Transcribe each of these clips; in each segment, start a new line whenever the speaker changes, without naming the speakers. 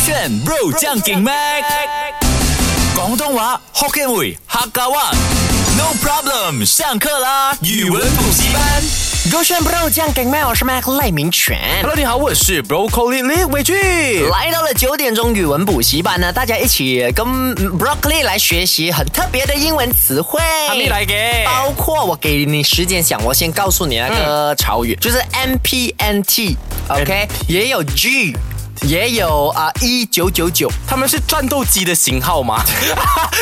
选 bro 将劲 mac，广东话 Hokkien 语客家话。No problem，上课啦！语文补习班。
勾选 Bro 酱给麦，我是 Mac 赖明全。
Hello，你好，我是 Broccoli 李伟俊。
来到了九点钟语文补习班呢，大家一起跟嗯 Broccoli 来学习很特别的英文词汇。
阿咪来给
包括我给你时间想，我先告诉你那
嗯
个潮语，就是 M P N T，OK，、也有 G，也有啊一九九九。
他们是战斗机的型号吗？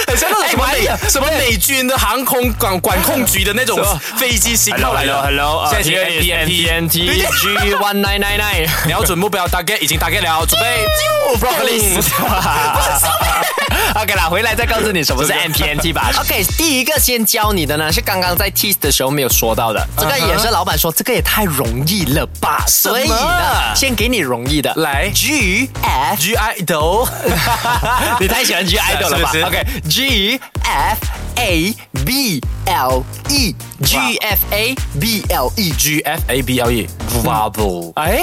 很像那种什么
哎
美、
哎呀
什么美军的航空管管控局的那种飞机型号来了。
Hello，Hello，
现在是 N P N P N。
T E G one nine nine nine。
瞄准目标，target 已经 target 了，准 备。
OK 啦，回来再告诉你什么是 N P N T 吧。
OK，第一个先教你的呢是刚刚在 tease 的时候没有说到的，这个也是老板说这个也太容易了吧，所以呢，先给你容易的，
来
G F，
G I 头，
你太喜欢 G I 的 了吧
是是是
？OK G F A B L E G F A B L E G，
G F A B L E Bubble，
哎，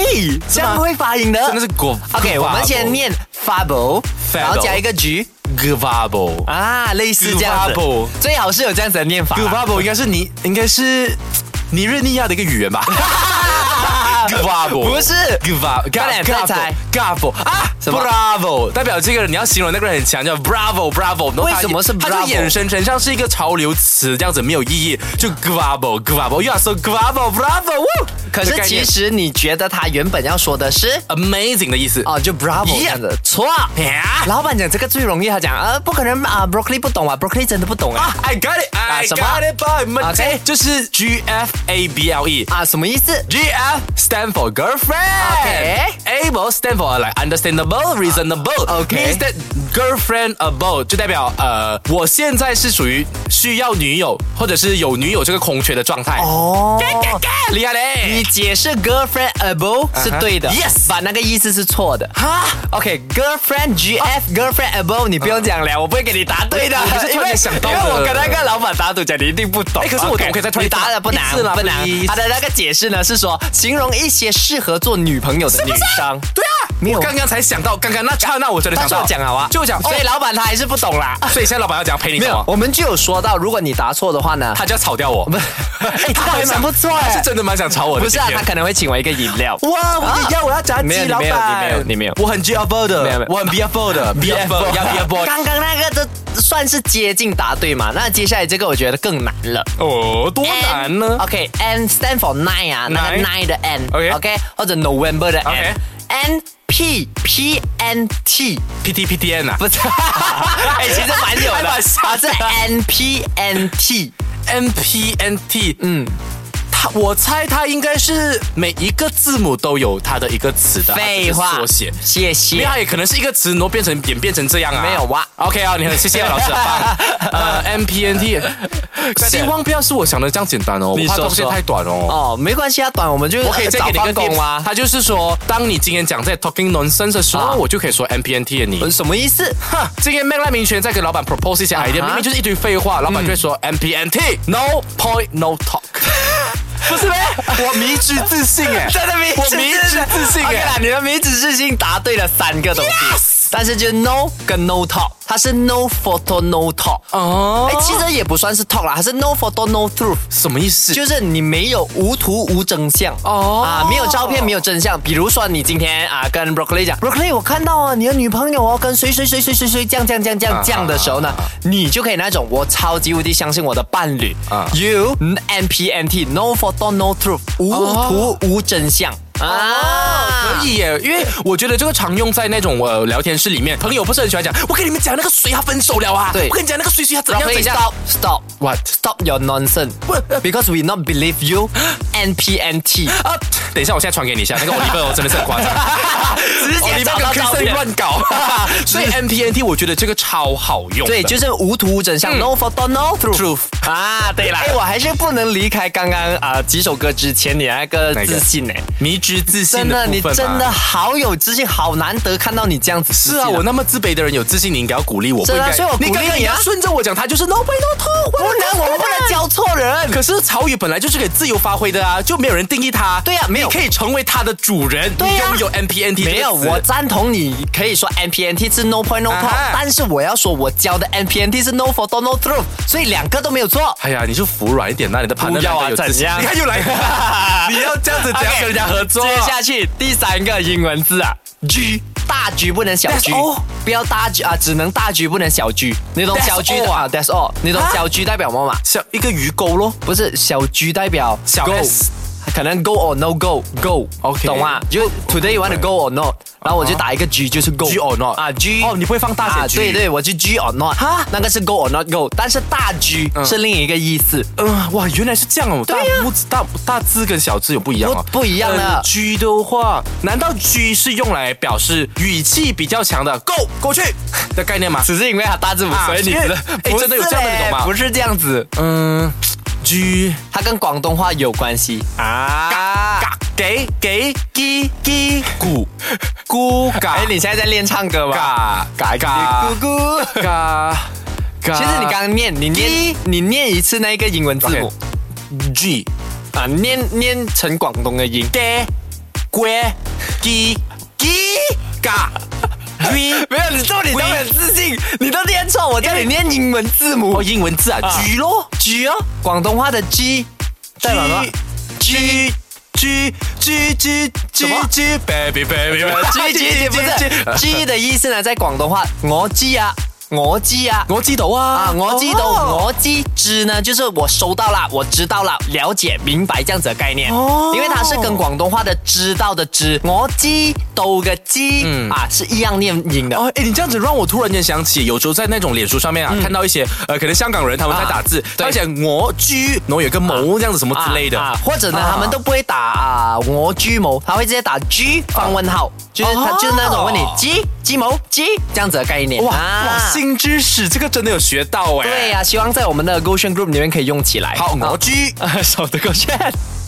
这样会发音的，
真的是 Go。
OK，我们先念 fable，然后加一个 G。
G Bubble。
啊，类似这样子
Gubble，
最好是有这样子的念法啦。
Good Bubble 应该是尼，应该是尼日利亚的一个语 言吧。Good Bubble
不是
Good Bubble，
快点快猜
g a b b l e 啊，
什么
Bravo 代表这个人，你要形容那个人很强，叫 Bravo Bravo 然后他。
为什么是
他就
Bravo？
衍生成像是一个潮流词这样子，没有意义，就 Good Bubble Good Bubble，You are so Good Bubble Bravo。
可是其实你觉得他原本要说的是
amazing 的意思。
哦，就 bravo
一
这
样
样子，错。
啊
老板讲这个最容易，他讲呃不可能啊，broccoli 不懂啊，broccoli 真的不懂啊
啊，I got it，I
什么啊
got it by
OK
my，就是 G F A B L E。
啊，什么意思？
G F stand for girlfriend.
Okay.
Able stand for like understandable, reasonable.
okay.
Means that girlfriend able 就代表呃，我现在是属于需要女友，或者是有女友这个空缺的状态。
哦，
厉害嘞
你！解释 girlfriend able 是对的
Uh-huh Yes
把那个意思是错的。
哈，
OK，girlfriend GF girlfriend able 你不用讲了，我不会给你答对的，
我我 Uh 是突然
因为
间想到的
因为我跟那个老板打赌讲你一定不懂。
哎可是我懂
OK，
可以再突然
你答了不难
一次啦
不难。
please
他的那个解释呢是说，形容一些适合做女朋友的女生。
对啊，
没有
我刚刚才想到，刚刚那刹那我真的
他
想到，
就讲好啊，
就讲，
所以
哦
老板他还是不懂啦。
所以现在老板要讲陪你
没
什
有，
么？
我们就有说到，如果你答错的话呢，
他就要炒掉我。
哎，他还蛮不错
他
哎
是。真的蛮想炒我的。
不是啊
今，天
他可能会请我一个饮料。
哇，我也要，我要炸
没有
鸡，啊
你
老
没有
板。
你没有你没有
我很 G F
没有没
的
有，
我很 B F 的，B F 要 B F。
刚刚那个都算是接近答对嘛，那接下来这个我觉得更难了。
哦，多难呢
N-？OK，N、stand for nine 啊，那个
Nine
nine 的 N。
OK
或者 November 的 N
OK。
N P P N T
？P T P T N 啊
不是，哎、其实蛮 有
还
的，啊
蛮像的
它是 N P N T。
，N P N T，嗯。他，我猜他应该是每一个字母都有它的一个词的，它只
废
是
话，
缩写。
谢
因为
谢。
它也可能是一个词，然后变成演变成这样啊。
没有哇
，OK 啊，你很谢谢啊老师，啊， 棒呃，M P N T，希望不要是我想的这样简单哦，我
你
怕
说
东西
说
太短哦。
哦，没关系啊，短我们就
我可以再
早
给你一
放
个
工
tips
啊。
他就是说，当你今天讲在 talking nonsense 的时候，
啊
我就可以说 M P N T 的你。
呃什么意思？
哈，今天麦赖明权在给老板 propose 一些 idea，、
啊哈
明明就是一堆废话，老板就会说 M P N T，no point no talk。不是呗？我迷之自信哎、
真的迷之
我迷之自信哎、
OK 啦，你的迷之自信答对了三个东西。但是就是 no 跟 no talk，它是 no photo no talk。
哦
哎、其实也不算是 talk 啦，它是 no photo no truth，
什么意思？
就是你没有无图无真相
哦
啊，没有照片，没有真相。比如说你今天啊跟 broccoli 讲，broccoli 我看到啊你的女朋友哦跟谁谁谁谁谁谁这样这样这样这样这样的时候呢，你就可以那种我超级无敌相信我的伴侣
啊
，you n p n t no photo no truth，无图无真相啊，
可以耶，因为我觉得这个常用在那种呃聊天室里面，朋友不是很喜欢讲，我跟你们讲那个谁他分手了啊，
对
我跟你讲那个谁谁他怎样
Broccoli,
怎样，
stop, stop.
What?
Stop your nonsense. Because we not believe you. NPNT.
啊，等一下，我现在传给你一下，那个 Oliver 哦真的是很夸张，
直
Oliver
接找
跟
到照
Kristen
片
乱搞， 所以 MPNT 我觉得这个超好用的，
对，就是无图无真相、n o photo no truth。啊，对啦，哎，我还是不能离开刚刚啊、几首歌之前你那个
哪一个
自信呢、
迷之自信
真
的
的，啊
部
你
分嘛
真的好有自信，好难得看到你这样子自
是
信
啊，我那么自卑的人有自信，你应该要鼓励我，
是啊
不应该
所以我鼓励
你刚刚
你啊
也要顺着我讲，他就是 no way no t o
不能，我们不能教错人。
可是曹宇本来就是可以自由发挥的啊，就没有人定义它。
对啊没有
你可以成为它的主人，
对啊
你拥有 MPNT
没有，
这个
我
词
赞同你可以说 N P N T 是 no point no
啊
talk，、
哈
但是我要说我教的 N P N T 是 no photo no truth，所以两个都没有错。
哎呀，你就服软一点呐，你的盘
不要啊怎样
你看又来， 你要这样子怎样
OK，
跟人家合作？
接下去第三个英文字啊，G。大局不能小
That's
G，
all
不要大局啊，只能大局不能小 G。你懂
That's
小 G 的
all
啊？That's all。你懂
啊
小 G 代表什么吗？
小一个鱼钩咯，
不是小 G 代表
小
go，
S
可能 go or no go，go。
OK 啊
懂吗？就 today you want to go or not，然后我就打一个 G，就是 go。
G or not
啊 G。啊
哦你不会放大写 G
对对，我就 G or not。哈，那个是 go or not go，但是大 G 是另一个意思。
嗯，哇，原来是这样哦，大
对呀
拇指大大字跟小字有不一样哦，
不不一样的
呃 G 的话，难道 G 是用来表示语气比较强的 “go 过去”的概念吗？
只是因为它大字母，
啊
所以你
因为
觉得
哎真的有这样的你懂吗
不是这样子，
嗯，G
它跟广东话有关系。
啊，嘎给给鸡鸡咕咕嘎
哎，你现在在练唱歌吧？
嘎嘎嘎
咕咕。
嘎嘎，
其实你刚刚念，你念你念一次那个英文字母
G
啊，念念成广东的音。
得龟鸡鸡嘎 G
没有，你到底都
喂
很自信，你都念错，我叫你念英文字母
哦，英文字啊，G 咯
G 哦，广东话的 G 代表什么
G G G G G G baby baby
呃 ？G G G 不是 G 的意思呢，在广东话，我知啊，我知啊。
我知道啊
啊，我知道，
哦
我知知呢，就是我收到啦，我知道啦，了解明白这样子的概念。
哦
因为它是跟广东话的知道的知，我知道的知、
嗯
啊是一样念音的。
哦，哎，你这样子让我突然间想起，有时候在那种脸书上面啊，看到一些呃，可能香港人他们在打字，他会写我居，然后有个某这样子什么之类的
啊啊，或者呢，
啊
他们都不会打啊我居某，他会直接打居放问号，就是他
哦
就是那种问你鸡鸡某鸡这样子的概念。
哇
啊
哇，新知识，这个真的有学到哎。
对呀、希望在我们的 Goshen Group 里面可以用起来。
好，我居。
手的 Goshen。